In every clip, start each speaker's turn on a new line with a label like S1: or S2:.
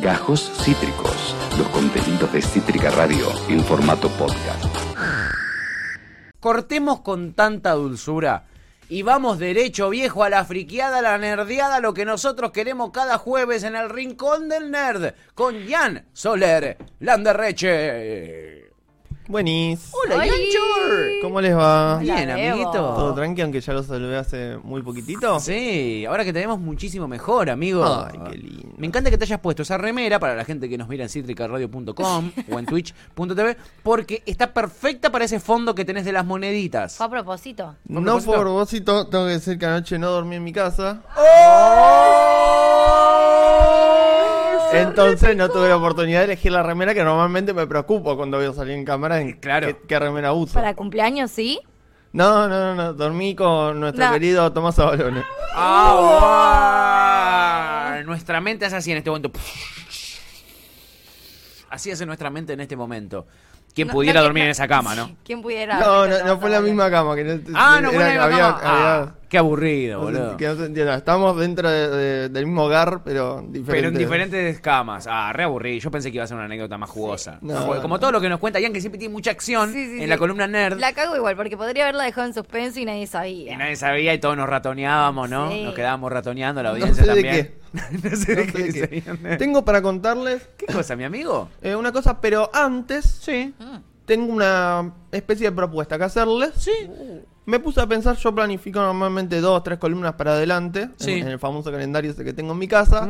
S1: Gajos Cítricos, los contenidos de Cítrica Radio en formato podcast.
S2: Cortemos con tanta dulzura y vamos derecho, viejo, a la friqueada, a la nerdeada, a lo que nosotros queremos cada jueves en el Rincón del Nerd con Jan Soler Landerreche.
S3: Buenis.
S2: Hola,
S4: Hola.
S2: Yanchor.
S3: ¿Cómo les va?
S4: Hola,
S2: Bien,
S4: Bebo.
S3: ¿Todo
S2: amiguito.
S3: tranqui? Aunque ya lo saludé hace muy poquitito.
S2: Sí, ahora que tenemos muchísimo mejor, amigo.
S3: Ay, qué lindo.
S2: Me encanta que te hayas puesto esa remera para la gente que nos mira en citricaradio.com o en twitch.tv porque está perfecta para ese fondo que tenés de las moneditas.
S4: Fue a propósito.
S2: ¿Con
S3: No
S2: propósito?
S3: por propósito, tengo que decir que anoche no dormí en mi casa.
S2: ¡Oh!
S3: Entonces no tuve la oportunidad de elegir la remera que normalmente me preocupo cuando voy a salir en cámara en
S2: Claro.
S3: qué, qué remera uso.
S4: Para cumpleaños, ¿sí?
S3: No, no, no, no, dormí con nuestro
S4: No.
S3: querido Tomás Abalone.
S2: Ah, guau. Nuestra mente es así en este momento. Así hace nuestra mente en este momento. ¿Quién
S4: No,
S2: pudiera
S4: no,
S2: dormir
S4: no.
S2: en esa cama, no?
S4: ¿Quién pudiera?
S3: No,
S4: haber
S3: no,
S4: hecho
S3: no fue la
S4: tanto
S3: misma cama. Que no-
S2: Ah, no, fue
S3: era-
S2: en la misma cama.
S3: había-
S2: Ah,
S3: había-
S2: qué aburrido,
S3: no se-
S2: boludo.
S3: que no se entienda. Estamos dentro de- de- del mismo hogar, pero diferente.
S2: Pero en diferentes camas. Ah, re aburrido. Yo pensé que iba a ser una anécdota más jugosa.
S3: No,
S2: Como-
S3: no,
S2: Como
S3: no.
S2: todo lo que nos cuenta Ian, que siempre tiene mucha acción
S4: Sí, sí,
S2: en
S4: sí.
S2: la columna nerd.
S4: La cago igual, porque podría haberla dejado en suspenso y nadie sabía.
S2: Y nadie sabía y todos nos ratoneábamos, ¿no?
S4: Sí.
S2: Nos quedábamos ratoneando, la
S3: No
S2: audiencia
S3: sé de
S2: también. no sé de
S3: No sé
S2: qué.
S3: de qué.
S2: serían.
S3: Tengo para contarles
S2: ¿Qué cosa, mi amigo?
S3: eh, una cosa, pero antes
S2: Sí.
S3: tengo una especie de propuesta que hacerles.
S2: Sí.
S3: Me puse a pensar, yo planifico normalmente dos, tres columnas para adelante, en-
S2: Sí.
S3: en, el famoso calendario ese que tengo en mi casa.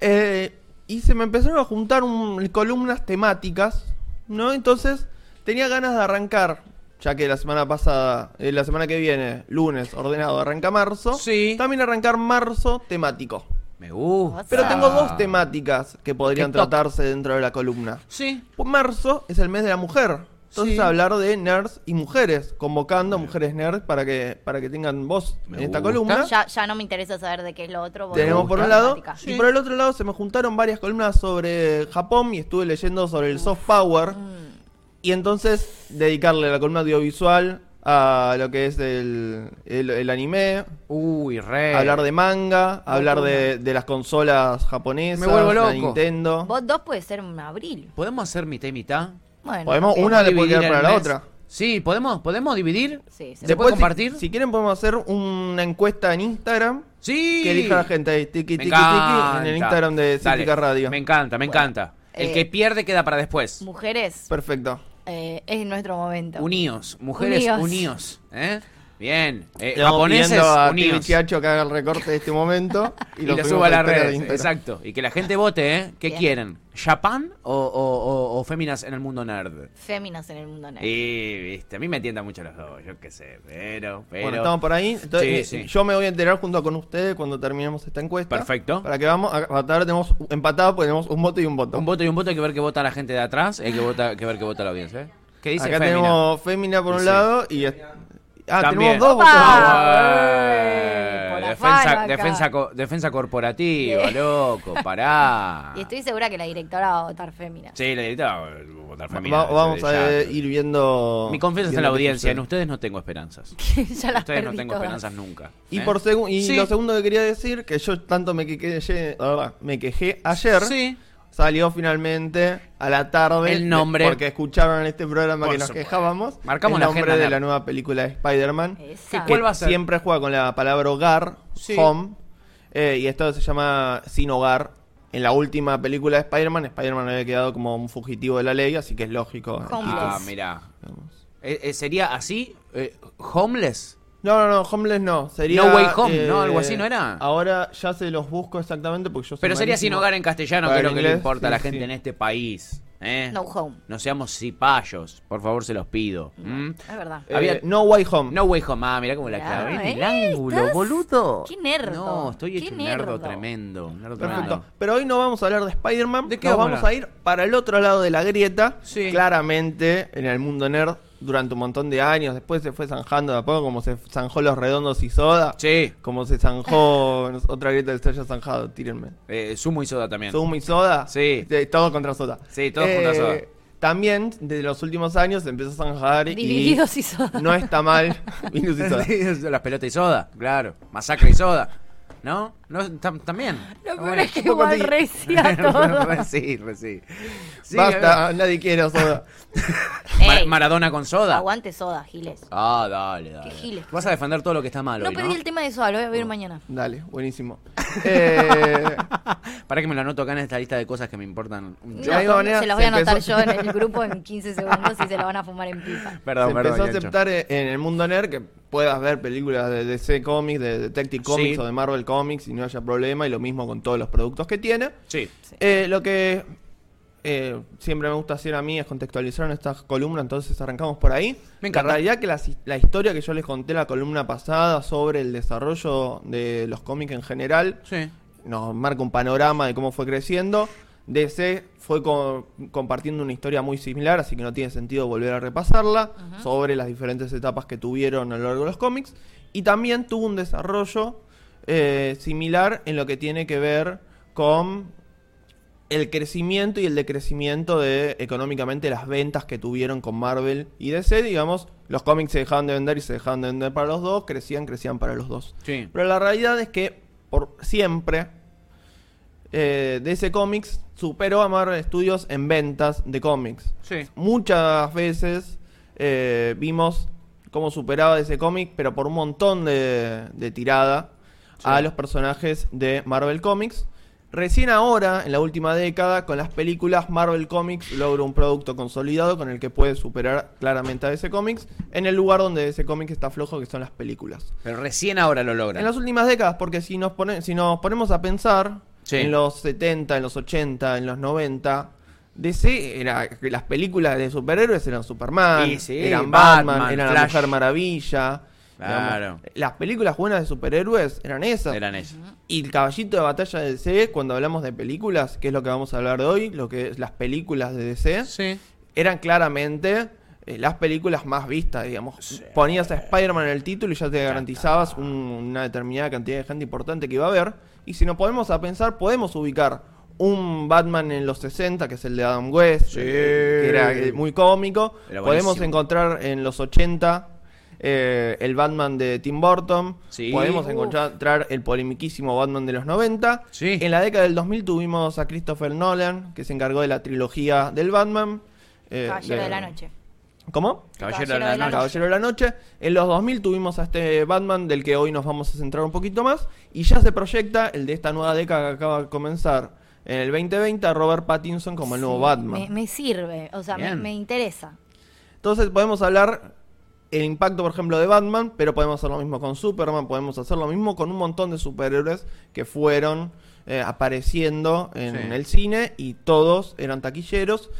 S3: Eh, y se me empezaron a juntar un- columnas temáticas, ¿no? Entonces tenía ganas de arrancar, ya que la semana pasada, eh, la semana que viene, lunes, ordenado, arranca marzo.
S2: Sí.
S3: También arrancar marzo temático.
S2: Me gusta.
S3: Pero tengo
S2: Ah.
S3: dos temáticas que podrían
S2: Qué top.
S3: tratarse dentro de la columna.
S2: Sí.
S3: Pues Marzo es el mes de la mujer. Entonces
S2: Sí.
S3: hablar de nerds y mujeres, convocando a mujeres nerds para que, para que tengan voz
S2: Me
S3: en esta
S2: gusta.
S3: columna.
S4: Ya, ya no me interesa saber de qué es lo otro. voy
S3: Tenemos
S4: a
S3: por un
S4: buscar
S3: lado.
S4: temática.
S3: Y por el otro lado se me juntaron varias columnas sobre Japón y estuve leyendo sobre el soft power. Y entonces dedicarle la columna audiovisual a lo que es el, el- el anime,
S2: Uy, re.
S3: hablar de manga, hablar de, de las consolas japonesas,
S2: Me vuelvo
S3: la
S2: loco.
S3: Nintendo.
S4: Vos dos puede ser en abril.
S2: ¿Podemos hacer mitad y mitad?
S4: Bueno.
S3: Podemos
S4: sí.
S3: una Ah, le puede
S2: Dividir
S3: quedar
S2: el
S3: para la
S2: mes.
S3: otra.
S2: Sí, podemos, podemos dividir. ¿Se
S4: Sí, sí.
S2: puede
S3: Después, si-
S2: compartir?
S3: Si, quieren podemos hacer una encuesta en Instagram.
S2: Sí.
S3: Que elija la gente ahí, tiki,
S2: Me
S3: tiki, tiki, en
S2: encanta.
S3: el Instagram
S2: Dale,
S3: de Cítrica Radio.
S2: Me encanta, me encanta. El
S4: eh,
S2: que pierde queda para después.
S4: Mujeres,
S3: Perfecto.
S4: eh, es nuestro momento.
S2: Unidos, mujeres
S4: Unidos.
S2: unidos. ¿eh? Bien. Eh,
S3: Estamos
S2: japoneses
S3: pidiendo a
S2: unidos. Y
S3: Tiacho que haga el recorte de este momento y lo,
S2: lo
S3: subimos
S2: suba a
S3: la
S2: las
S3: historia
S2: redes.
S3: de Instagram.
S2: Exacto. Y que la gente vote, ¿eh? ¿Qué
S4: Bien.
S2: quieren? ¿Japán o, o- o- o féminas en el mundo nerd?
S4: Féminas en el mundo negro.
S2: Y, viste, a mí me tientan mucho los dos, yo qué sé, pero, pero...
S3: Bueno, estamos por ahí. Entonces,
S2: Sí,
S3: eh,
S2: sí.
S3: Yo me voy a enterar junto con ustedes cuando terminemos esta encuesta.
S2: Perfecto.
S3: Para que vamos. A, hasta ahora tenemos empatado porque tenemos un voto y un voto.
S2: Un voto y un voto, hay que ver que vota la gente de atrás, hay que, vota, que ver que vota la audiencia. ¿eh? ¿Qué dice
S3: Acá
S2: Femina?
S3: tenemos Fémina por un
S2: Sí.
S3: lado y. es- Ah,
S2: También.
S3: tenemos dos
S4: Opa.
S3: votos.
S2: Ah,
S4: Ey, por la
S2: defensa,
S4: fana acá.
S2: defensa, co- defensa corporativa, loco, pará.
S4: Y estoy segura que la directora va a votar fémina.
S2: Sí, la directora va a votar Femina,
S3: Va- vamos
S2: ya.
S3: a ir viendo.
S2: Mi confianza es en la
S3: viendo qué
S2: audiencia, en
S3: sucede.
S2: ustedes no tengo esperanzas.
S4: ya las
S2: Ustedes no
S4: perdí
S2: tengo
S4: todas.
S2: esperanzas nunca.
S3: Y,
S2: ¿eh?
S3: por segu- y
S2: Sí.
S3: lo segundo que quería decir, que yo tanto me quejé, la verdad, me quejé ayer,
S2: Sí.
S3: salió finalmente a la tarde.
S2: El nombre.
S3: Porque escucharon en este programa
S2: Por
S3: que nos
S2: supuesto.
S3: quejábamos.
S2: Marcamos
S3: el
S2: la
S3: nombre
S2: agenda,
S3: de
S2: Nar.
S3: la nueva película de Spider-Man.
S4: Esa.
S2: ¿Qué
S3: Que
S2: ¿Cuál va a ser?
S3: siempre juega con la palabra hogar,
S2: Sí.
S3: home. eh, y esto se llama Sin Hogar. En la última película de Spider-Man, Spider-Man había quedado como un fugitivo de la ley, así que es lógico.
S4: Home.
S2: Ah,
S4: Homeless.
S2: mirá. Eh, eh, ¿Sería así? Eh, ¿Homeless?
S3: No, no, no, Homeless no. Sería, eh,
S2: No Way Home, ¿no? Algo así, ¿no era?
S3: Ahora ya se los busco exactamente porque yo soy
S2: Pero sería sin
S3: malísimo.
S2: hogar en castellano,
S3: Para
S2: que
S3: el
S2: es lo que le
S3: inglés,
S2: importa a
S3: sí,
S2: la
S3: sí.
S2: gente en este país. ¿eh?
S4: No home.
S2: No seamos cipayos, por favor, se los pido. ¿m?
S4: Es verdad.
S3: Eh,
S2: Había-
S3: No Way Home.
S2: No Way Home, ah, mirá cómo la
S4: Mirá,
S2: clavé en
S4: eh,
S2: el ángulo,
S4: estás-
S2: boludo.
S4: qué nerdo,
S2: No, estoy
S4: qué
S2: hecho un nerdo,
S4: nerdo.
S2: tremendo. un nerdo
S3: Perfecto.
S2: tremendo.
S3: Pero hoy no vamos a hablar de Spider-Man.
S2: ¿De qué
S3: Nos
S2: vamos a
S3: vamos a
S2: hablar?
S3: ir para el otro lado de la grieta.
S2: Sí.
S3: Claramente en el mundo nerd durante un montón de años. Después se fue zanjando de a poco, como se zanjó los redondos y soda.
S2: Sí,
S3: Como se zanjó no sé, otra grieta que se haya zanjado. Tírenme.
S2: eh, Sumo y Soda también.
S3: Sumo y soda.
S2: Sí.
S3: De- todo contra soda. Eh,
S2: Sí, todos contra soda.
S3: También desde los últimos años se empezó a zanjar. y
S4: Divididos y soda.
S3: No está mal. Vinus y soda.
S2: Las pelotas y Soda, claro. Masacre y Soda. ¿No? no tam- también.
S4: Lo peor
S2: Bueno.
S4: es que
S3: un poco
S4: igual
S3: sí.
S4: recia todo.
S2: Re sí, re sí. Sí,
S3: Basta, nadie quiere soda.
S2: eh, Mar-
S4: Ey,
S2: Maradona con soda.
S4: Aguante soda, Giles.
S2: Ah, dale, dale.
S4: Qué giles.
S2: Vas a defender todo Ah, lo que está malo.
S4: No
S2: hoy,
S4: perdí el tema de soda, lo voy a ver mañana.
S3: Dale, buenísimo. Eh,
S2: Para que me lo anoto acá en esta lista de cosas que me importan. un
S3: Yo
S4: No,
S3: de alguna manera
S4: se las voy a
S3: se
S4: anotar
S3: empezó-
S4: yo en el grupo en 15 segundos y se la van a fumar en pipa.
S2: Perdón,
S3: se
S2: perdón.
S3: empezó a
S2: Yancho.
S3: aceptar eh, en el mundo nerd que puedas ver películas de DC Comics, de Detective Comics
S2: Sí.
S3: o de Marvel Comics y no haya problema, y lo mismo con todos los productos que tiene.
S2: Sí.
S3: Eh, lo que eh, siempre me gusta hacer a mí es contextualizar en estas columnas, entonces arrancamos por ahí.
S2: Me encanta.
S3: La realidad que la, his- la historia que yo les conté la columna pasada sobre el desarrollo de los cómics en general
S2: Sí.
S3: nos marca un panorama de cómo fue creciendo. DC fue co- compartiendo una historia muy similar, así que no tiene sentido volver a repasarla, sobre las diferentes etapas que tuvieron a lo largo de los cómics. Y también tuvo un desarrollo eh, similar en lo que tiene que ver con el crecimiento y el decrecimiento de económicamente las ventas que tuvieron con Marvel y DC, digamos, los cómics se dejaban de vender y se dejaban de vender para los dos, crecían, crecían para los dos.
S2: Sí.
S3: Pero la realidad es que por siempre eh, DC Comics superó a Marvel Studios en ventas de cómics.
S2: Sí.
S3: Muchas veces eh, vimos cómo superaba DC Comics, pero por un montón de, de tirada a los personajes de Marvel Comics. Recién ahora, en la última década, con las películas Marvel Comics logra un producto consolidado con el que puede superar claramente a DC Comics en el lugar donde DC Comics está flojo, que son las películas.
S2: Pero recién ahora lo logran.
S3: En las últimas décadas, porque si nos, pone- si nos ponemos a pensar,
S2: Sí.
S3: en los 70, en los 80, en los 90, DC era que las películas de superhéroes eran Superman,
S2: Y sí,
S3: eran
S2: Batman,
S3: Batman, eran La
S2: Flash.
S3: Mujer Maravilla.
S2: Claro.
S3: digamos, Las películas buenas de superhéroes eran esas.
S2: Eran ellos.
S3: Y el caballito de batalla de DC, cuando hablamos de películas, que es lo que vamos a hablar de hoy, lo que es las películas de DC,
S2: Sí.
S3: eran claramente eh, las películas más vistas, digamos. Ponías a Spider-Man en el título y ya te garantizabas un- una determinada cantidad de gente importante que iba a ver. Y si nos ponemos a pensar, podemos ubicar un Batman en los 60, que es el de Adam West,
S2: Sí.
S3: eh, que era eh, muy cómico.
S2: Era buenísimo.
S3: podemos encontrar en los 80 eh, el Batman de Tim Burton.
S2: Sí.
S3: Podemos
S2: Uf.
S3: encontrar el polemiquísimo Batman de los 90.
S2: Sí.
S3: En la década del 2000 tuvimos a Christopher Nolan, que se encargó de la trilogía del Batman. eh,
S4: Caballero de la noche.
S3: ¿Cómo?
S2: Caballero de la Noche.
S3: Caballero de la Noche. En los 2000 tuvimos a este Batman del que hoy nos vamos a centrar un poquito más. Y ya se proyecta el de esta nueva década que acaba de comenzar en el 2020 a Robert Pattinson como el nuevo
S4: Sí,
S3: Batman.
S4: Me, me sirve, o sea, me,
S2: Bien.
S4: me interesa.
S3: Entonces podemos hablar el impacto, por ejemplo, de Batman, pero podemos hacer lo mismo con Superman, podemos hacer lo mismo con un montón de superhéroes que fueron eh, apareciendo en
S2: Sí.
S3: el cine y todos eran taquilleros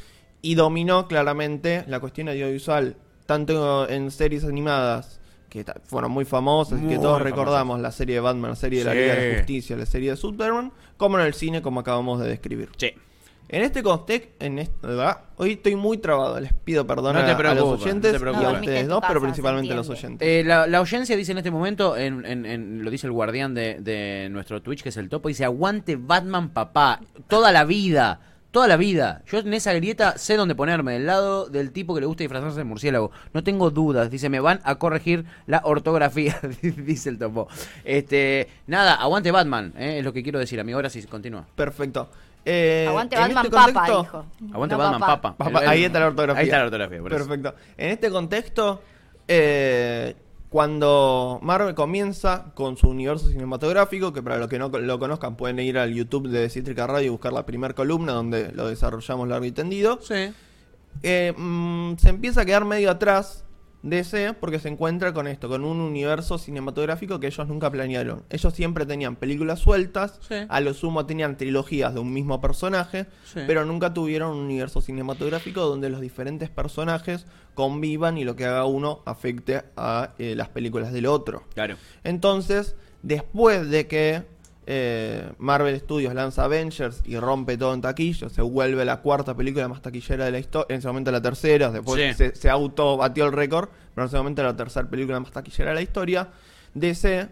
S3: y dominó claramente la cuestión audiovisual, tanto en series animadas que ta- fueron muy famosas y
S2: Muy
S3: que todos
S2: famosas.
S3: recordamos, la serie de Batman, la serie de la
S2: Sí.
S3: Liga de la Justicia, la serie de Superman, como en el cine, como acabamos de describir.
S2: Sí.
S3: En este contexto, en este, ¿verdad? hoy estoy muy trabado, les pido perdón
S2: No
S3: a-
S2: te
S3: a
S2: preocupes, no
S3: los
S2: te
S3: oyentes y
S2: preocupes.
S3: a
S2: No,
S4: dormiste
S3: ustedes
S4: en tu
S3: dos, pero
S4: casa,
S3: principalmente
S4: se
S3: a los
S4: entiende.
S3: oyentes.
S2: Eh, la, la audiencia dice en este momento, en, en- en- lo dice el guardián de, de nuestro Twitch, que es el topo, dice, aguante Batman papá, toda la vida, toda la vida. Yo en esa grieta sé dónde ponerme, del lado del tipo que le gusta disfrazarse de murciélago. No tengo dudas, dice, me van a corregir la ortografía, dice el topo. Este, nada, aguante Batman, eh, es lo que quiero decir, amigo. Ahora sí, continúa.
S3: Perfecto. Eh,
S4: Aguante
S3: en
S4: Batman
S3: este
S4: Papa,
S3: contexto-
S4: dijo.
S2: Aguante
S4: No,
S2: Batman papá.
S3: Papá,
S2: El- el-
S3: ahí está la ortografía.
S2: Ahí está la ortografía, por eso.
S3: Perfecto. En este contexto, eh, cuando Marvel comienza con su universo cinematográfico, que para los que no lo conozcan pueden ir al YouTube de Cítrica Radio y buscar la primera columna donde lo desarrollamos largo y tendido.
S2: Sí.
S3: eh, mm, se empieza a quedar medio atrás DC porque se encuentra con esto, con un universo cinematográfico que ellos nunca planearon. Ellos siempre tenían películas sueltas,
S2: Sí.
S3: a lo sumo tenían trilogías de un mismo personaje,
S2: Sí.
S3: pero nunca tuvieron un universo cinematográfico donde los diferentes personajes convivan y lo que haga uno afecte a eh, las películas del otro.
S2: Claro.
S3: Entonces, después de que eh, Marvel Studios lanza Avengers y rompe todo en taquillo, se vuelve la cuarta película más taquillera de la historia, en ese momento la tercera, después
S2: Sí.
S3: se, se auto batió el récord, pero en ese momento la tercera película más taquillera de la historia, DC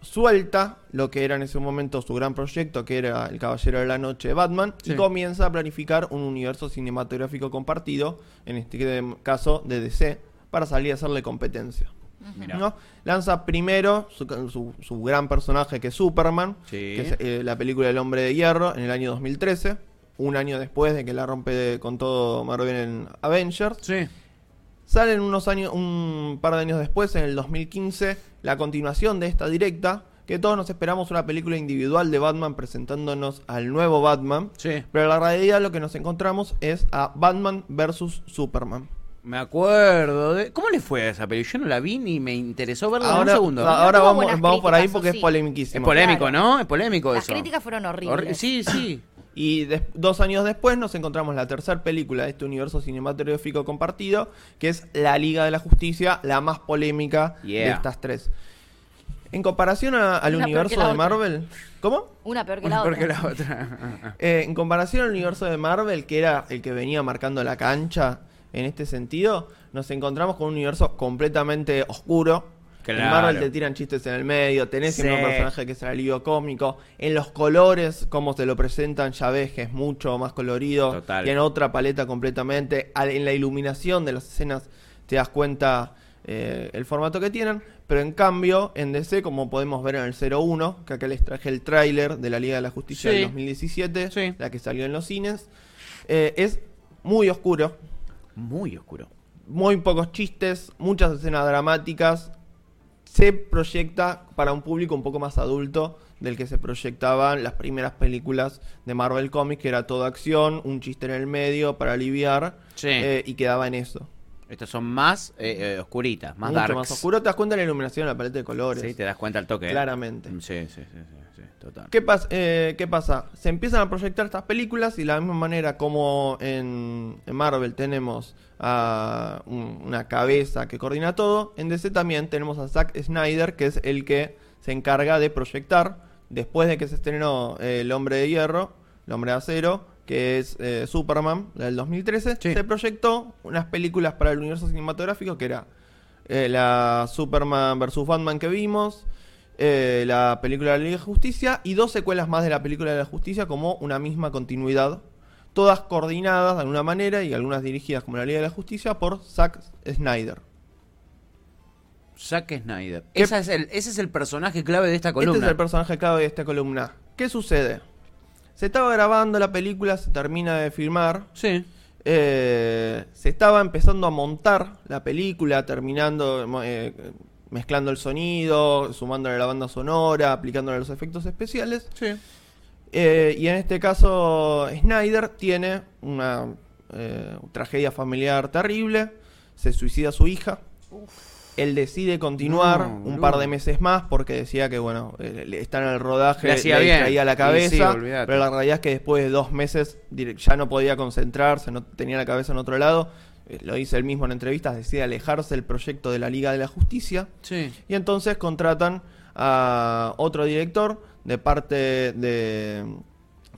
S3: suelta lo que era en ese momento su gran proyecto, que era El Caballero de la Noche Batman,
S2: Sí.
S3: y comienza a planificar un universo cinematográfico compartido, en este caso de DC, para salir a hacerle competencia.
S2: Mirá.
S3: ¿no? Lanza primero su, su- su gran personaje que es Superman,
S2: Sí.
S3: que es eh, la película El Hombre de Hierro en el año 2013, un año después de que la rompe con todo Marvel en Avengers.
S2: Sí.
S3: Salen unos años, un par de años después, en el 2015, la continuación de esta directa, que todos nos esperamos una película individual de Batman presentándonos al nuevo Batman.
S2: Sí.
S3: Pero la realidad lo que nos encontramos es a Batman versus Superman.
S2: Me acuerdo de. ¿Cómo le fue a esa película? Yo no la vi ni me interesó verla en un
S3: Ahora,
S2: segundo.
S3: a- ahora
S4: No tuvo
S3: vamos,
S4: buenas
S3: vamos por ahí
S4: críticas,
S3: porque es
S4: eso sí.
S2: es
S3: polemicísimo.
S2: polémico,
S4: Claro.
S2: ¿no? Es polémico
S4: Las
S2: eso.
S4: críticas fueron horribles.
S2: Horri- Sí, sí.
S3: Y des- dos años después nos encontramos la tercera película de este universo cinematográfico compartido, que es La Liga de la Justicia, la más polémica de
S2: Yeah.
S3: estas tres. En comparación a- al
S4: Una peor que
S3: universo
S4: la
S3: de
S4: otra.
S3: Marvel, ¿cómo?
S4: Una peor que la
S2: Porque
S4: otra.
S2: la otra.
S3: Eh, en comparación al universo de Marvel, que era el que venía marcando la cancha en este sentido, nos encontramos con un universo completamente oscuro. En
S2: Claro.
S3: Marvel te tiran chistes en el medio, tenés siempre
S2: Sí.
S3: un personaje que es el alivio cómico. En los colores, como te lo presentan, ya ves que es mucho más colorido.
S2: Total.
S3: Tiene otra paleta completamente. Al- En la iluminación de las escenas te das cuenta eh, el formato que tienen. Pero en cambio, en DC, como podemos ver en el 01, que acá les traje el tráiler de la Liga de la Justicia
S2: Sí.
S3: del 2017,
S2: Sí.
S3: la que salió en los cines, eh, es muy oscuro,
S2: Muy oscuro.
S3: muy pocos chistes, muchas escenas dramáticas. Se proyecta para un público un poco más adulto del que se proyectaban las primeras películas de Marvel Comics, que era toda acción, un chiste en el medio para aliviar,
S2: Sí.
S3: eh, y quedaba en eso.
S2: Estas son más eh, eh, oscuritas, más
S3: Mucho
S2: darks.
S3: más oscuro, te das cuenta de la iluminación, la paleta de colores.
S2: Sí, te das cuenta al toque. ¿eh?
S3: Claramente.
S2: Sí, sí, sí, sí, sí, total.
S3: ¿Qué, pas- eh, ¿Qué pasa? Se empiezan a proyectar estas películas y de la misma manera como en, en Marvel tenemos a un- una cabeza que coordina todo, en DC también tenemos a Zack Snyder, que es el que se encarga de proyectar, después de que se estrenó eh, El Hombre de Hierro, El Hombre de Acero, que es eh, Superman, la del 2013,
S2: Sí.
S3: se proyectó unas películas para el universo cinematográfico que era eh, la Superman vs. Batman que vimos, eh, la película de la Liga de Justicia y dos secuelas más de la película de la Justicia como una misma continuidad, todas coordinadas de alguna manera y algunas dirigidas como la Liga de la Justicia por Zack Snyder.
S2: Zack Snyder. Esa es el, ese es el personaje clave de esta columna.
S3: Este es el personaje clave de esta columna. ¿Qué sucede? Se estaba grabando la película, se termina de filmar,
S2: Sí.
S3: Eh, se estaba empezando a montar la película, terminando, mo- eh, mezclando el sonido, sumándole la banda sonora, aplicándole los efectos especiales.
S2: Sí.
S3: Eh, y en este caso, Snyder tiene una eh, tragedia familiar terrible, se suicida su hija. Él decide continuar
S2: No,
S3: un
S2: boludo.
S3: par de meses más porque decía que, bueno, eh, le- está en el rodaje,
S2: Le hacía bien.
S3: traía la
S2: Y
S3: cabeza.
S2: sí, olvídate.
S3: pero la realidad es que después de dos meses dire- ya no podía concentrarse, no tenía la cabeza en otro lado. Eh, Lo dice él mismo en entrevistas, decide alejarse del proyecto de la Liga de la Justicia.
S2: Sí.
S3: Y entonces contratan a otro director de parte de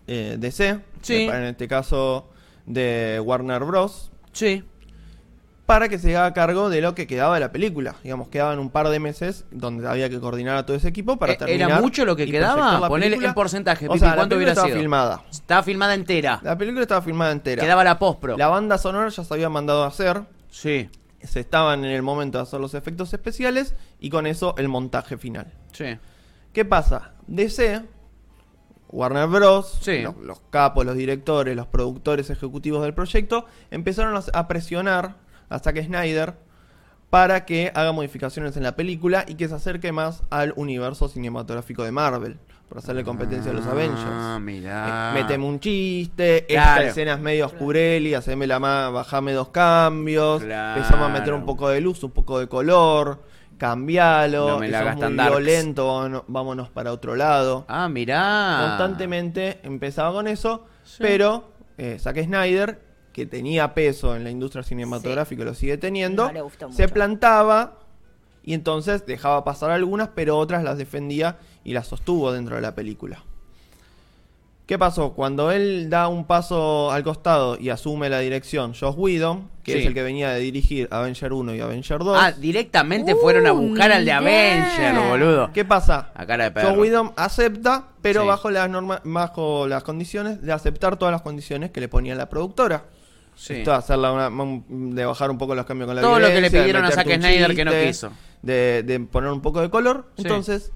S3: eh, DC,
S2: Sí.
S3: de- en este caso de Warner Bros.,
S2: Sí.
S3: para que se haga cargo de lo que quedaba de la película. Digamos, quedaban un par de meses donde había que coordinar a todo ese equipo para
S2: Eh,
S3: terminar.
S2: ¿era mucho lo que
S3: y
S2: quedaba?
S3: proyectar la
S2: Ponele
S3: película.
S2: en porcentaje,
S3: O
S2: Pipi,
S3: sea, la
S2: ¿cuánto hubiera
S3: película estaba
S2: sido?
S3: filmada.
S2: Está filmada entera.
S3: La película estaba filmada entera.
S2: Quedaba la postpro.
S3: La banda sonora ya se había mandado a hacer.
S2: Sí.
S3: Se estaban en el momento de hacer los efectos especiales y con eso el montaje final.
S2: Sí.
S3: ¿Qué pasa? DC, Warner Bros.,
S2: Sí.
S3: los, los capos, los directores, los productores ejecutivos del proyecto, empezaron a, a presionar a Zack Snyder para que haga modificaciones en la película y que se acerque más al universo cinematográfico de Marvel, para hacerle competencia a los
S2: Ah,
S3: Avengers.
S2: mirá.
S3: Me- Eh, Meteme un chiste,
S2: Claro.
S3: esta escena es medio oscureli, haceme la más, bajame dos cambios,
S2: Claro.
S3: empezamos a meter un poco de luz, un poco de color, cambialo,
S2: No me la
S3: eso
S2: hagas
S3: es
S2: tan
S3: muy
S2: darks.
S3: violento, vámonos, vámonos para otro lado.
S2: Ah, mirá.
S3: Constantemente empezaba con eso,
S2: Sí.
S3: pero eh, Zack Snyder, que tenía peso en la industria cinematográfica, y lo sigue teniendo,
S4: No le gustó
S3: se
S4: mucho.
S3: plantaba y entonces dejaba pasar algunas, pero otras las defendía y las sostuvo dentro de la película. ¿Qué pasó? Cuando él da un paso al costado y asume la dirección, Josh Whedon, que
S2: Sí.
S3: es el que venía de dirigir Avenger 1 y Avenger 2,
S2: Ah, directamente
S4: Uh,
S2: fueron a buscar al de
S4: mirá.
S2: Avenger, boludo.
S3: ¿qué pasa?
S2: A cara de perro.
S3: Joe Whedon acepta, pero
S2: Sí.
S3: bajo las normas, bajo las condiciones de aceptar todas las condiciones que le ponía la productora.
S2: Sí.
S3: Esto de hacerla una- un- de bajar un poco los cambios con la
S2: Todo lo que le
S3: violencia, de
S2: pidieron a
S3: meterte
S2: Zack
S3: un
S2: Snyder que no
S3: chiste,
S2: quiso.
S3: de, de poner un poco de color.
S2: Sí.
S3: Entonces,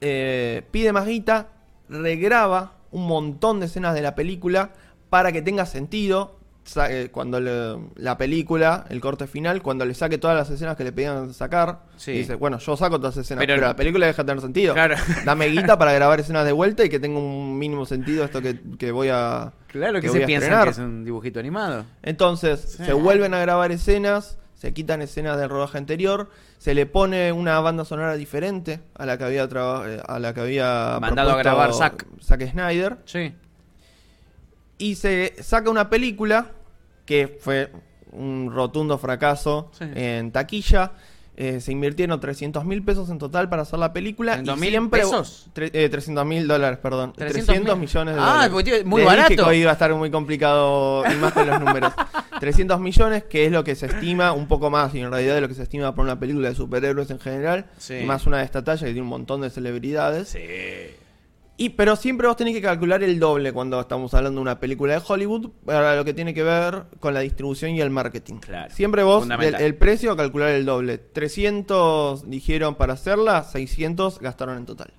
S3: eh, pide más guita, regraba un montón de escenas de la película para que tenga sentido. Sa- eh, Cuando le- la película, el corte final, cuando le saque todas las escenas que le pedían sacar,
S2: Sí.
S3: dice: Bueno, yo saco todas las escenas,
S2: Pero-
S3: pero, la película deja de tener sentido.
S2: Claro.
S3: Dame guita para grabar escenas de vuelta y que tenga un mínimo sentido esto que, que voy a.
S2: Claro que,
S3: voy
S2: se
S3: a
S2: piensan
S3: estrenar".
S2: que es un dibujito animado.
S3: Entonces,
S2: Sí.
S3: se vuelven a grabar escenas, se quitan escenas del rodaje anterior, se le pone una banda sonora diferente a la que había traba- eh, a la que había
S2: Mandado a
S3: propuesto
S2: grabar Zack.
S3: Zack Snyder
S2: Sí.
S3: y se saca una película que fue un rotundo fracaso
S2: Sí.
S3: en taquilla. Eh, se invirtieron 300 mil pesos en total para hacer la película. y
S2: 300.000
S3: siempre-
S2: pesos?
S3: tre- eh, 300 mil dólares, perdón.
S2: 300.000.
S3: 300, millones de
S2: Ah,
S3: dólares.
S2: porque tiene- muy
S3: Les dije
S2: barato.
S3: que hoy iba a estar muy complicado y más con los números. 300 millones, que es lo que se estima, un poco más, y en realidad de lo que se estima por una película de superhéroes en general.
S2: Sí.
S3: y Más una de esta talla que tiene un montón de celebridades.
S2: Sí.
S3: Y pero siempre vos tenés que calcular el doble cuando estamos hablando de una película de Hollywood para lo que tiene que ver con la distribución y el marketing.
S2: Claro,
S3: Siempre vos del-
S2: fundamental.
S3: el, precio calcular el doble. 300 dijeron para hacerla, 600 gastaron en total.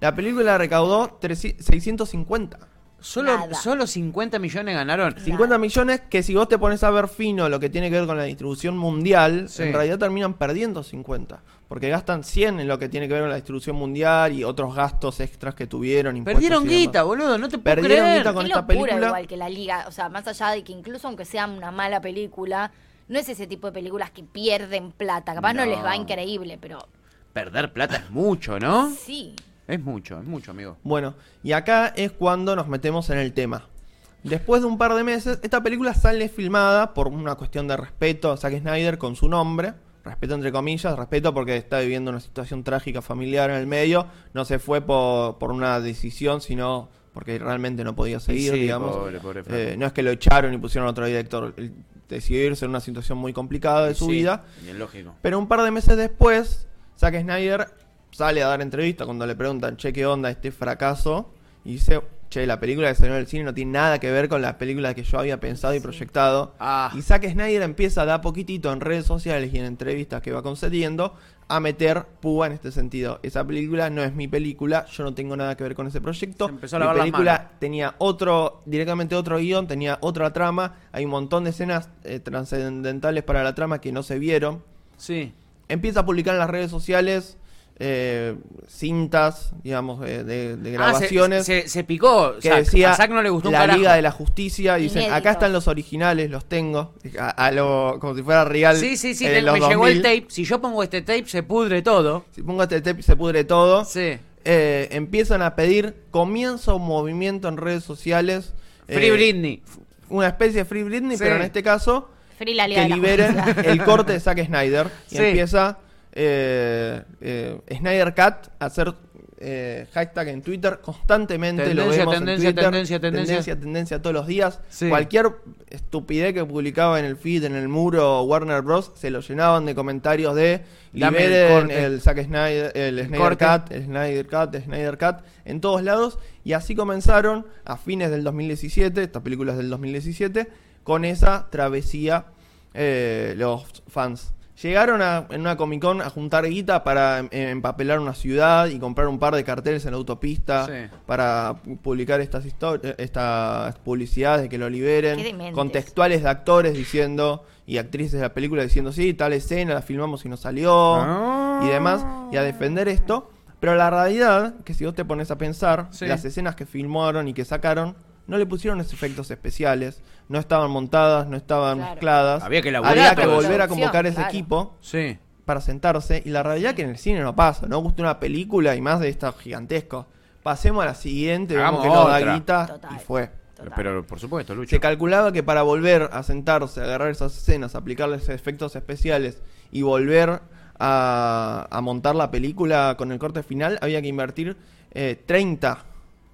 S3: La película recaudó 300 650.
S2: Solo,
S4: Nada.
S2: solo 50 millones ganaron.
S3: 50 millones que si vos te pones a ver fino lo que tiene que ver con la distribución mundial,
S2: Sí.
S3: en realidad terminan perdiendo 50. Porque gastan 100 en lo que tiene que ver con la distribución mundial y otros gastos extras que tuvieron. impuestos
S2: Perdieron
S3: y demás.
S2: guita, boludo, no te puedo
S3: Perdieron
S2: creer.
S3: guita con
S4: Qué
S3: esta
S4: locura
S3: película.
S4: igual que la liga, o sea, más allá de que incluso aunque sea una mala película, no es ese tipo de películas que pierden plata, capaz no,
S2: No.
S4: les va increíble, pero
S2: Perder plata es mucho, ¿no?
S4: sí.
S2: Es mucho, es mucho, amigo.
S3: Bueno, y acá es cuando nos metemos en el tema. Después de un par de meses, esta película sale filmada por una cuestión de respeto a Zack Snyder con su nombre. Respeto entre comillas, respeto porque está viviendo una situación trágica familiar en el medio. No se fue por, por una decisión, sino porque realmente no podía seguir,
S2: sí,
S3: digamos.
S2: pobre, pobre Fran.
S3: Eh, no es que lo echaron y pusieron otro director. Él Decidió irse en una situación muy complicada de su
S2: Sí,
S3: vida.
S2: Bien lógico.
S3: Pero un par de meses después, Zack Snyder sale a dar entrevista cuando le preguntan, che, ¿qué onda este fracaso? Y dice, che, la película que salió en el cine no tiene nada que ver con la película que yo había pensado y proyectado.
S2: Ah.
S3: Y Zack Snyder empieza de a poquitito en redes sociales y en entrevistas que va concediendo a meter púa en este sentido. Esa película no es mi película, yo no tengo nada que ver con ese proyecto.
S2: Se empezó a
S3: mi
S2: lavar las
S3: película
S2: manos.
S3: tenía otro, directamente otro guión, tenía otra trama. Hay un montón de escenas eh, trascendentales para la trama que no se vieron
S2: Sí.
S3: empieza a publicar en las redes sociales eh, cintas, digamos, eh, de, de
S2: Ah, se-
S3: grabaciones.
S2: se, se picó.
S3: que
S2: Zack.
S3: decía
S2: a Zack no le gustó un
S3: la
S2: carajo.
S3: Liga de la Justicia. Y dicen,
S4: Inéditos.
S3: acá están los originales, los tengo. A, a lo, como si fuera real.
S2: Sí, sí, sí,
S3: eh,
S2: tengo-
S3: los
S2: me llegó el
S3: 2000.
S2: tape. Si yo pongo este tape, se pudre todo.
S3: Si pongo este tape se pudre todo.
S2: Sí.
S3: Eh, empiezan a pedir, comienza un movimiento en redes sociales.
S2: Free
S3: eh,
S2: Britney.
S3: Una especie de Free Britney,
S2: Sí.
S3: pero en este caso
S4: Free la liga
S3: que
S4: de la
S3: liberen
S4: Justicia.
S3: el corte de Zack Snyder y
S2: Sí.
S3: empieza eh, eh, Snyder Cat a hacer eh, hashtag en Twitter constantemente lo
S2: Tendencia,
S3: vemos
S2: tendencia,
S3: en Twitter,
S2: tendencia, tendencia.
S3: tendencia tendencia todos los días
S2: Sí.
S3: cualquier estupidez que publicaba en el feed en el muro Warner Bros se lo llenaban de comentarios de
S2: Dame el
S3: liberen
S2: corte.
S3: el Zack Snyder el Snyder
S2: corte.
S3: Cat el Snyder Cat el Snyder Cat en todos lados y así comenzaron a fines del 2017 estas películas del 2017 con esa travesía eh, los fans. Llegaron a- en una Comic Con a juntar guita para em- empapelar una ciudad y comprar un par de carteles en la autopista
S2: Sí.
S3: para pu- publicar estas historias, estas publicidades de que lo liberen,
S4: Qué dementes.
S3: contextuales de actores diciendo y actrices de la película diciendo sí tal escena la filmamos y no salió
S2: Ah.
S3: y demás y a defender esto. Pero la realidad que si vos te pones a pensar
S2: Sí.
S3: las escenas que filmaron y que sacaron no le pusieron esos efectos especiales, no estaban montadas, no estaban
S4: Claro.
S3: mezcladas.
S2: Había que laburar
S3: Había que
S2: todo eso.
S3: volver a convocar ese
S4: Claro.
S3: equipo
S2: Sí.
S3: para sentarse. Y la realidad que en el cine no pasa. No gusta una película y más de esta gigantesco. Pasemos a la siguiente, vemos
S2: Hagamos
S3: que no da
S2: otra.
S3: guita
S4: Total.
S3: y fue.
S4: Total.
S2: Pero por supuesto, Lucho.
S3: Se calculaba que para volver a sentarse, agarrar esas escenas, aplicarles efectos especiales y volver a, a montar la película con el corte final, había que invertir eh, 30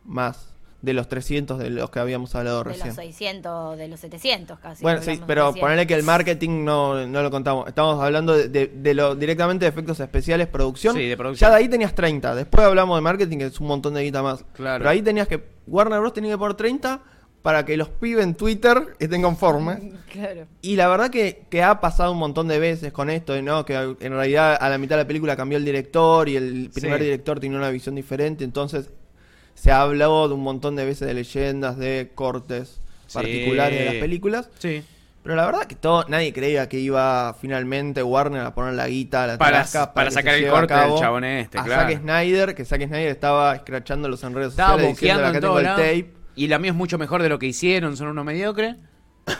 S3: más de los 300 de los que habíamos hablado
S4: de
S3: recién.
S4: los 600, de los 700 casi.
S3: Bueno,
S4: que
S3: sí,
S4: hablamos
S3: pero
S4: recién.
S3: ponerle que el marketing no, no lo contamos. Estamos hablando de, de- de lo directamente de efectos especiales, producción.
S2: Sí, de producción.
S3: Ya de ahí tenías 30. Después hablamos de marketing, que es un montón de guita más.
S2: Claro.
S3: Pero ahí tenías que. Warner Bros. tenía que poner 30 para que los pibes en Twitter estén conformes.
S4: Claro.
S3: Y la verdad que, que ha pasado un montón de veces con esto, y ¿no? Que en realidad a la mitad de la película cambió el director y el primer
S2: Sí.
S3: director tenía una visión diferente, entonces se ha hablado de un montón de veces de leyendas, de cortes
S2: Sí.
S3: particulares de las películas.
S2: Sí.
S3: Pero la verdad que todo, nadie creía que iba finalmente Warner a poner la guita a la
S2: Para-
S3: tarasca
S2: para
S3: que se
S2: sacar el
S3: lleve a
S2: corte del
S3: cabo
S2: chabón este,
S3: a
S2: claro.
S3: Zack Snyder, que Zack Snyder estaba escrachando los enredos
S2: Estaba
S3: sociales diciendo
S2: boqueando
S3: acá
S2: en
S3: tengo
S2: todo
S3: el
S2: lado.
S3: tape.
S2: Y la mía es mucho mejor de lo que hicieron, son unos mediocres.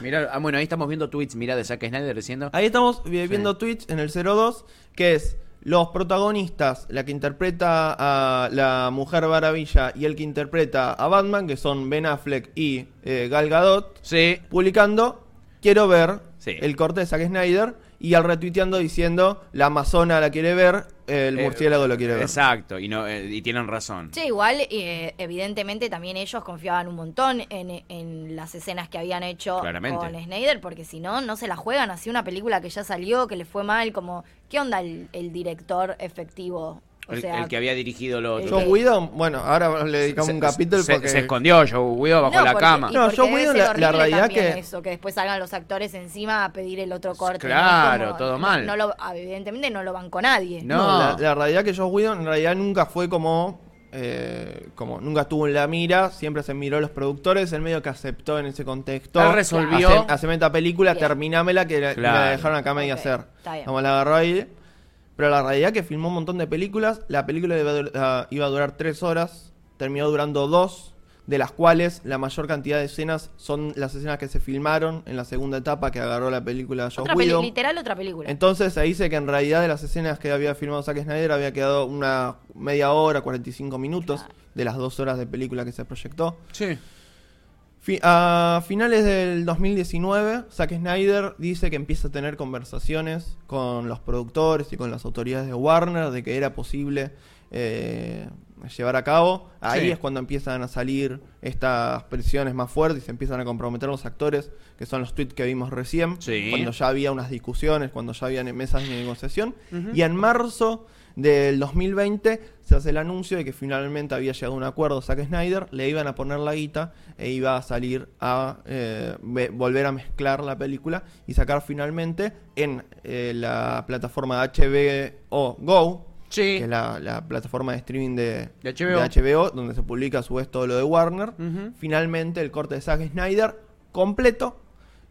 S2: Mirá, ah, bueno, ahí estamos viendo tweets, mirá, de Zack Snyder diciendo.
S3: Ahí estamos vi- viendo tweets en el 02, que es los protagonistas, la que interpreta a la Mujer Maravilla y el que interpreta a Batman, que son Ben Affleck y eh, Gal Gadot,
S2: Sí.
S3: publicando, quiero ver
S2: Sí.
S3: el corte de Zack Snyder y al retuiteando diciendo, la Amazona la quiere ver, el
S2: Eh,
S3: murciélago lo quiere ver.
S2: Exacto, y, no, eh, y tienen razón.
S4: Sí, igual, eh, evidentemente también ellos confiaban un montón en, en las escenas que habían hecho
S2: Claramente.
S4: con Snyder, porque si no, no se la juegan así una película que ya salió, que le fue mal, como, ¿qué onda el, el director efectivo? O
S2: el,
S4: sea,
S2: el que había dirigido lo
S4: el
S2: otro.
S3: John
S4: que-
S3: Widow, bueno, ahora le dedicamos
S2: Se-
S3: un
S2: se-
S3: capítulo
S2: se,
S3: porque...
S2: se escondió Joe Guido bajo
S4: No,
S2: la
S4: porque-
S2: cama.
S4: y
S3: No,
S4: porque
S3: yo
S4: debe
S3: Guido,
S4: ser
S3: la- la
S4: horrible
S3: realidad
S4: también
S3: que-
S4: Eso, que después salgan los actores encima a pedir el otro corte. ¿no?
S2: Claro,
S4: Como-
S2: todo
S4: no-
S2: mal.
S4: No lo, ah, evidentemente no lo van con nadie.
S2: No.
S3: No, la, la realidad que Joe Whedon en realidad nunca fue como. eh, como nunca estuvo en la mira, siempre se miró a los productores, el medio que aceptó en ese contexto.
S2: Él resolvió.
S3: Haceme esta película,
S4: Bien.
S3: terminámela, que la-
S2: Claro.
S3: me la dejaron acá media
S4: Ok,
S3: hacer.
S4: está bien.
S3: Como la agarró ahí. Pero la realidad que filmó un montón de películas. La película iba a, dur- ah, iba a durar tres horas, terminó durando dos, de las cuales la mayor cantidad de escenas son las escenas que se filmaron en la segunda etapa que agarró la película Joe
S4: Otra peli-
S3: Whedon.
S4: literal otra película.
S3: Entonces se dice que en realidad de las escenas que había filmado Zack Snyder había quedado una media hora, 45 minutos de las dos horas de película que se proyectó.
S2: Sí.
S3: Fi- a finales del 2019, Zack Snyder dice que empieza a tener conversaciones con los productores y con las autoridades de Warner de que era posible eh, llevar a cabo. Ahí
S2: Sí.
S3: es cuando empiezan a salir estas presiones más fuertes y se empiezan a comprometer los actores, que son los tweets que vimos recién,
S2: Sí.
S3: cuando ya había unas discusiones, cuando ya habían mesas de negociación. Y en marzo del 2020 se hace el anuncio de que finalmente había llegado a un acuerdo Zack Snyder, le iban a poner la guita e iba a salir a eh, ve- volver a mezclar la película y sacar finalmente en eh, la plataforma HBO Go,
S2: Sí.
S3: que es la, la plataforma de streaming de,
S2: De HBO.
S3: HBO, donde se publica a su vez todo lo de Warner.
S2: Ujú.
S3: Finalmente el corte de Zack Snyder completo,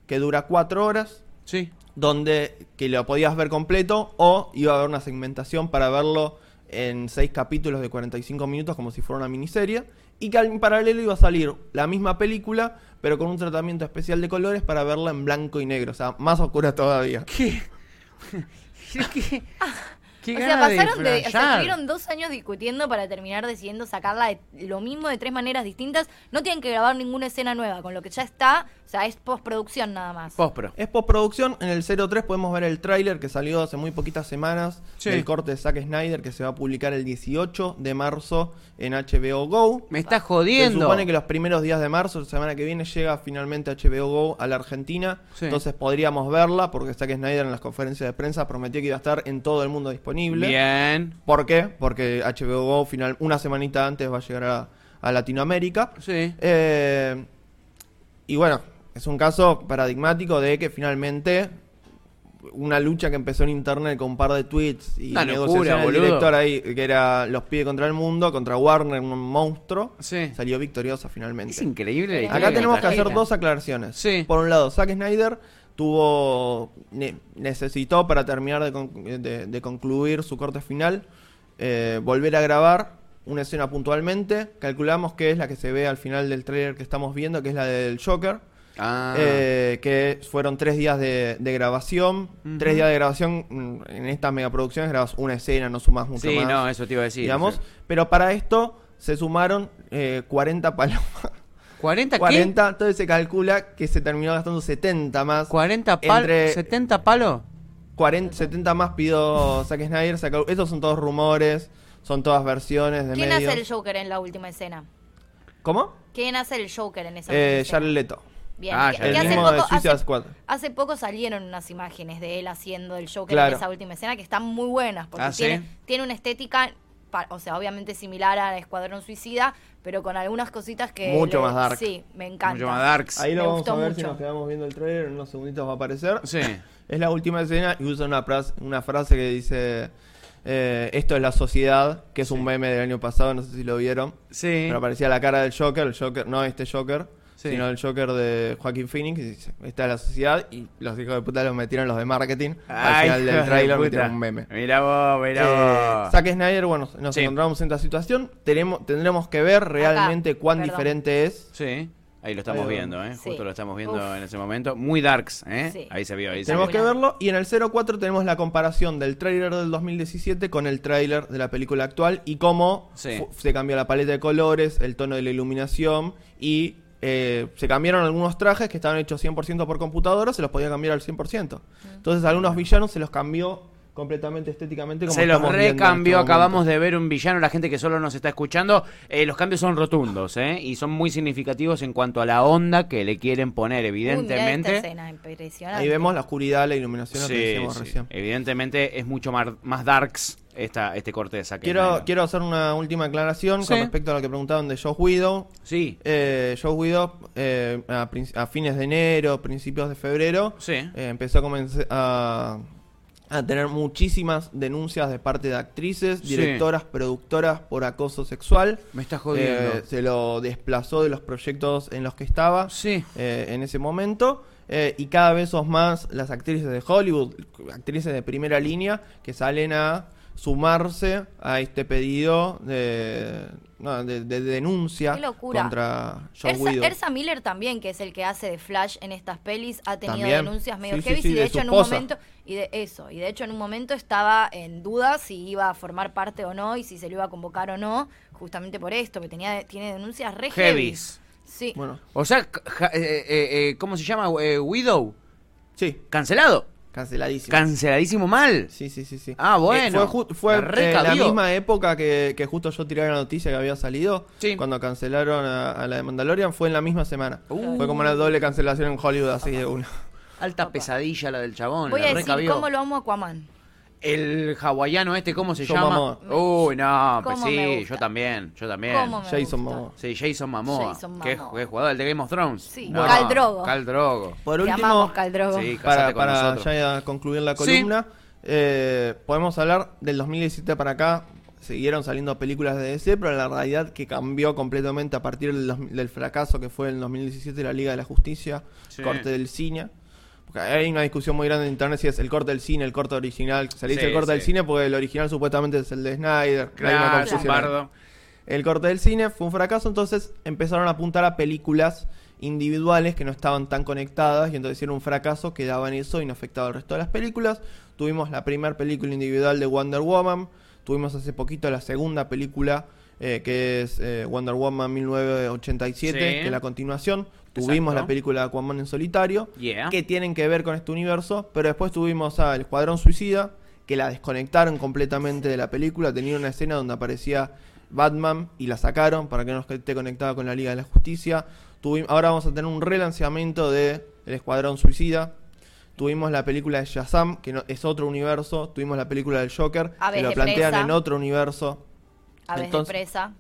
S3: que dura cuatro horas,
S2: Sí.
S3: donde que lo podías ver completo o iba a haber una segmentación para verlo en seis capítulos de 45 minutos como si fuera una miniserie y que al- en paralelo iba a salir la misma película pero con un tratamiento especial de colores para verla en blanco y negro, o sea, más oscura todavía.
S2: ¿Qué? ¿Qué? ¿Qué
S4: o sea,
S2: ganas de
S4: pasaron de, o sea,
S2: flashear?
S4: estuvieron dos años discutiendo para terminar decidiendo sacarla de- lo mismo de tres maneras distintas. No tienen que grabar ninguna escena nueva, con lo que ya está, o sea, es postproducción nada más.
S2: Postpro.
S3: Es postproducción, en el 03 podemos ver el tráiler que salió hace muy poquitas semanas
S2: Sí.
S3: del corte de Zack Snyder que se va a publicar el 18 de marzo en HBO Go.
S2: Me estás
S3: Se
S2: jodiendo.
S3: supone que los primeros días de marzo, la semana que viene, llega finalmente HBO Go a la Argentina.
S2: Sí.
S3: Entonces podríamos verla, porque Zack Snyder en las conferencias de prensa prometió que iba a estar en todo el mundo disponible.
S2: Bien.
S3: ¿Por qué? Porque HBO Go final, una semanita antes va a llegar a, a Latinoamérica.
S2: Sí.
S3: Eh, y bueno, es un caso paradigmático de que finalmente una lucha que empezó en internet con un par de tweets y
S2: Una locura,
S3: negociaciones del
S2: boludo.
S3: director ahí, que era los pide contra el mundo, contra Warner, un monstruo,
S2: Sí.
S3: salió victoriosa finalmente.
S2: Es increíble. la
S3: Acá
S2: historia
S3: tenemos
S2: la
S3: que hacer
S2: tarjeta.
S3: dos aclaraciones.
S2: Sí.
S3: Por un lado, Zack Snyder tuvo ne- necesitó para terminar de, con- de- de concluir su corte final eh, volver a grabar una escena puntualmente. Calculamos que es la que se ve al final del trailer que estamos viendo, que es la del Joker.
S2: Ah.
S3: Eh, que fueron tres días de, de grabación. Tres días de grabación. mm, En estas megaproducciones grabas una escena, no sumas mucho
S2: sí,
S3: más.
S2: no, eso te iba a decir.
S3: digamos.
S2: sí.
S3: Pero para esto se sumaron eh, 40 palomas.
S2: ¿40 qué?
S3: 40, entonces se calcula que se terminó gastando 70 más.
S2: 40 palos.
S3: Entre-
S2: ¿70 palos?
S3: 40 70 más pidió Zack Snyder. se acabó. Estos son todos rumores, son todas versiones de
S4: ¿Quién
S3: medios.
S4: hace el Joker en la última escena?
S3: ¿Cómo?
S4: ¿Quién hace el Joker en esa última
S3: Eh,
S4: escena?
S3: Jared Leto.
S4: Bien,
S2: Ah,
S4: que-
S2: ya
S4: que
S3: El
S2: vi.
S4: hace
S3: mismo de
S4: poco- hace-
S3: Suicide Squad.
S4: Hace poco salieron unas imágenes de él haciendo el Joker
S3: Claro.
S4: en esa última escena que están muy buenas porque
S2: Ah, ¿sí?
S4: tiene, tiene una estética pa- o sea, obviamente similar a Escuadrón Suicida, pero con algunas cositas que...
S3: Mucho más dark.
S4: Sí, me encanta.
S2: Mucho más darks.
S3: Ahí lo
S4: Me
S3: vamos
S4: gustó
S3: a ver si
S4: mucho.
S3: nos quedamos viendo el trailer. En unos segunditos va a aparecer.
S2: Sí.
S3: Es la última escena y usa una frase, una frase que dice: eh, Esto es la sociedad, que es un meme del año pasado. No sé si lo vieron.
S2: Sí.
S3: Pero aparecía la cara del Joker, el Joker, no este Joker,
S2: Sí.
S3: sino el Joker de Joaquín Phoenix. Y dice: Esta es la sociedad. Y los hijos de puta los metieron los de marketing.
S2: Ay,
S3: al final
S2: hijo
S3: del
S2: de
S3: trailer
S2: puta.
S3: metieron un meme.
S2: Mirá vos, mirá
S3: Eh,
S2: vos.
S3: Zack Snyder, bueno, nos
S2: Sí.
S3: encontramos en esta situación. Tenemos, tendremos que ver realmente cuán
S4: perdón.
S3: diferente es.
S2: Sí. Ahí lo estamos
S3: Ahí va.
S2: viendo, ¿eh?
S4: Sí.
S2: Justo lo estamos viendo
S4: Uf.
S2: en ese momento. Muy darks, ¿eh?
S4: Sí.
S2: Ahí se vio, ahí se
S3: Tenemos
S2: vio.
S3: que verlo. Y en el 04 tenemos la comparación del tráiler del 2017 con el tráiler de la película actual y cómo
S2: Sí.
S3: fu- se cambió la paleta de colores, el tono de la iluminación y eh, se cambiaron algunos trajes que estaban hechos 100% por computadora, se los podía cambiar al 100%. Entonces algunos villanos se los cambió completamente estéticamente. Como
S2: Se los
S3: estamos viendo en este
S2: recambió,
S3: momento.
S2: acabamos de ver un villano, la gente que solo nos está escuchando, eh, los cambios son rotundos, ¿eh? Y son muy significativos en cuanto a la onda que le quieren poner,
S4: Uy, mirá esta
S2: evidentemente.
S4: escena, impresionante.
S3: Ahí vemos la oscuridad, la iluminación, lo que
S2: Sí,
S3: decíamos
S2: sí. Eh,
S3: recién.
S2: Evidentemente es mucho mar- más darks esta, este corte de Zack
S3: Quiero,
S2: Snyder.
S3: quiero hacer una última aclaración
S2: Sí.
S3: con respecto a lo que preguntaban de Josh Widow.
S2: Sí,
S3: Eh, Joe Guido eh, a, prin- a fines de enero, principios de febrero,
S2: Sí.
S3: eh, empezó a, comenz- a, a tener muchísimas denuncias de parte de actrices,
S2: Sí.
S3: directoras, productoras por acoso sexual.
S2: me está jodiendo.
S3: Eh, se lo desplazó de los proyectos en los que estaba
S2: Sí.
S3: eh, en ese momento. eh, y cada vez son más las actrices de Hollywood, actrices de primera línea, que salen a sumarse a este pedido de, no, de- de denuncia
S4: Qué locura.
S3: contra Joe
S4: Ersa,
S3: Guido.
S4: Ersa Miller también, que es el que hace de Flash en estas pelis, ha tenido
S3: También.
S4: denuncias medio
S3: Sí, sí,
S4: heavy
S3: sí,
S4: y de,
S3: de su
S4: hecho en un
S3: esposa.
S4: momento y de eso, y de hecho en un momento estaba en duda si iba a formar parte o no y si se lo iba a convocar o no, justamente por esto, que tenía tiene denuncias re
S2: Heavies.
S4: heavies. Sí.
S3: Bueno,
S2: O sea, c- ja- eh, eh, eh, ¿cómo se llama? Eh, Widow.
S3: sí,
S2: Cancelado.
S3: canceladísimo.
S2: Canceladísimo mal.
S3: sí, sí, sí, sí.
S2: Ah, bueno.
S3: Eh, fue ju- fue
S2: La
S3: eh, la
S2: recabió.
S3: misma época que, que justo yo tiré la noticia que había salido.
S2: Sí.
S3: Cuando cancelaron a, a la de Mandalorian, fue en la misma semana.
S2: Uh.
S3: Fue como una doble cancelación en Hollywood, así de una.
S2: Alta pesadilla la del chabón.
S4: Voy
S2: la
S4: a decir
S2: recabió.
S4: cómo lo amo a Aquaman.
S2: El hawaiano este, ¿cómo se
S3: Yo
S2: llama?
S3: Momoa.
S2: Uy, no, pues
S4: Cómo me
S2: sí,
S4: gusta.
S2: yo también, yo también.
S4: ¿Cómo me
S3: Jason
S4: gusta.
S3: Momoa.
S2: Sí, Jason Momoa,
S4: Jason
S2: que es
S4: Momoa.
S2: que es jugador del de Game of Thrones.
S4: Sí, Khal Drogo.
S2: Khal Drogo.
S3: Por
S4: Te
S3: último,
S4: amamos, Khal Drogo.
S2: Sí,
S3: para,
S2: casate con
S3: para
S2: nosotros.
S3: ya concluir la
S2: Sí.
S3: columna, eh, podemos hablar del 2017 para acá. Siguieron saliendo películas de DC, pero la realidad que cambió completamente a partir del, dos- del fracaso que fue en 2017 la Liga de la Justicia,
S2: Sí.
S3: corte del cine. Porque hay una discusión muy grande en internet si es el corte del cine, el corte original. Se le dice
S2: Sí,
S3: el corte del
S2: sí.
S3: cine porque el original supuestamente es el de Snyder. Hay una
S2: Claro,
S3: confusión ahí.
S2: Bardo.
S3: El corte del cine fue un fracaso, entonces empezaron a apuntar a películas individuales que no estaban tan conectadas y entonces era un fracaso que daban eso y no afectaba al resto de las películas. Tuvimos la primera película individual de Wonder Woman, tuvimos hace poquito la segunda película eh, que es eh, Wonder Woman 1987,
S2: Sí.
S3: que es la continuación. Tuvimos
S2: Exacto.
S3: la película de Aquaman en solitario,
S2: Yeah.
S3: que tienen que ver con este universo, pero después tuvimos a El Escuadrón Suicida, que la desconectaron completamente de la película, tenía una escena donde aparecía Batman y la sacaron para que no esté conectada con la Liga de la Justicia. Tuvi- ahora vamos a tener un relanceamiento de El Escuadrón Suicida. Tuvimos la película de Shazam, que no- es otro universo. Tuvimos la película del Joker,
S4: Aves
S3: que lo
S4: de
S3: plantean
S4: presa.
S3: en otro universo.
S4: Aves
S3: Entonces-
S4: de presa,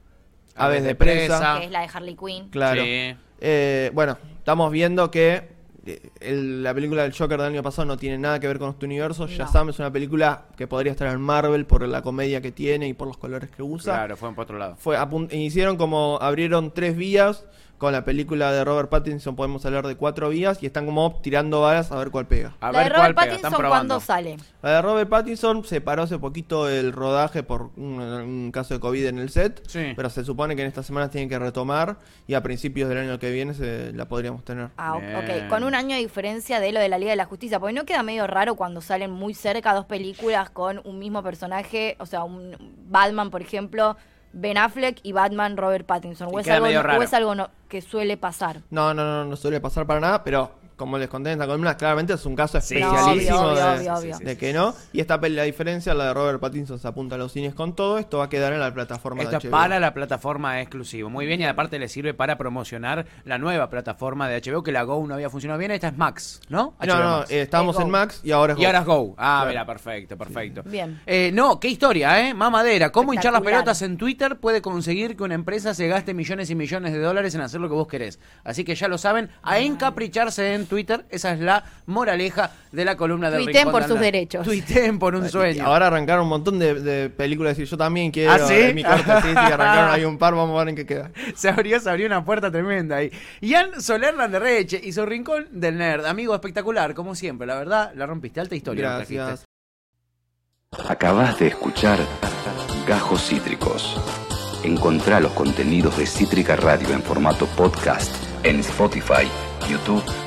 S3: Aves de presa.
S4: que es la de Harley Quinn.
S3: Claro.
S2: Sí.
S3: Eh, bueno, estamos viendo que eh, el- la película del Joker del año pasado no tiene nada que ver con este universo.
S4: No.
S3: Shazam es una película que podría estar en Marvel por la comedia que tiene y por los colores que usa.
S2: Claro, fue por otro lado.
S3: Fue apun- hicieron como abrieron tres vías con la película de Robert Pattinson podemos hablar de cuatro vías y están como tirando balas a ver cuál pega.
S2: A
S4: la de
S2: ver cuál
S4: Robert
S2: pega, están
S4: Pattinson
S2: probando.
S4: cuando sale.
S3: La de Robert Pattinson se paró hace poquito el rodaje por un, un caso de COVID en el set,
S2: Sí.
S3: pero se supone que en estas semanas tienen que retomar y a principios del año que viene se, la podríamos tener.
S4: Ah, o-
S2: Bien.
S4: ok, con un año de diferencia de lo de la Liga de la Justicia, porque no queda medio raro cuando salen muy cerca dos películas con un mismo personaje, o sea, un Batman, por ejemplo, Ben Affleck y Batman Robert Pattinson,
S2: Y
S4: o es
S2: queda
S4: algo,
S2: medio
S4: o
S2: raro.
S4: es algo no- que suele pasar.
S3: No, no, no, no suele pasar para nada, pero como les conté en esta columna, claramente es un caso
S2: Sí,
S4: No,
S3: especialísimo
S4: obvio,
S3: de,
S4: obvio, obvio, obvio.
S3: de que no. Y esta peli, la diferencia, la de Robert Pattinson se apunta a los cines con todo, esto va a quedar en la plataforma
S2: Esto es
S3: de HBO.
S2: para la plataforma exclusiva. Muy bien, y aparte le sirve para promocionar la nueva plataforma de HBO, que la Go no había funcionado bien. Esta es Max, ¿no?
S3: No,
S2: HBO
S3: no,
S2: Max.
S3: eh, estábamos
S4: Es
S3: en
S4: Go.
S3: Max y ahora es
S2: Y ahora es
S3: Go.
S2: Go. Ah,
S3: Claro.
S2: mira, perfecto, perfecto.
S4: Bien.
S2: Eh, no, qué historia, ¿eh? Mamadera. ¿Cómo hinchar las
S4: Espectacular.
S2: pelotas en Twitter puede conseguir que una empresa se gaste millones y millones de dólares en hacer lo que vos querés? Así que ya lo saben,
S4: Ah.
S2: a encapricharse en Twitter. Esa es la moraleja de la columna de
S4: Tuiteen por sus derechos.
S2: Tuiteen por un sueño.
S3: Ahora arrancaron un montón de, de películas y yo también quiero
S2: ¿Ah, sí?
S3: en mi corte. Sí, sí, arrancaron, hay un par, vamos a ver en qué queda.
S2: se abrió, se abrió una puerta tremenda ahí. Ian Soler Landerreche y su rincón del nerd. Amigo, espectacular, como siempre. La verdad, la rompiste. Alta historia. nos trajiste.
S3: Gracias.
S1: Acabas de escuchar Gajos Cítricos. Encontrá los contenidos de Cítrica Radio en formato podcast en Spotify, YouTube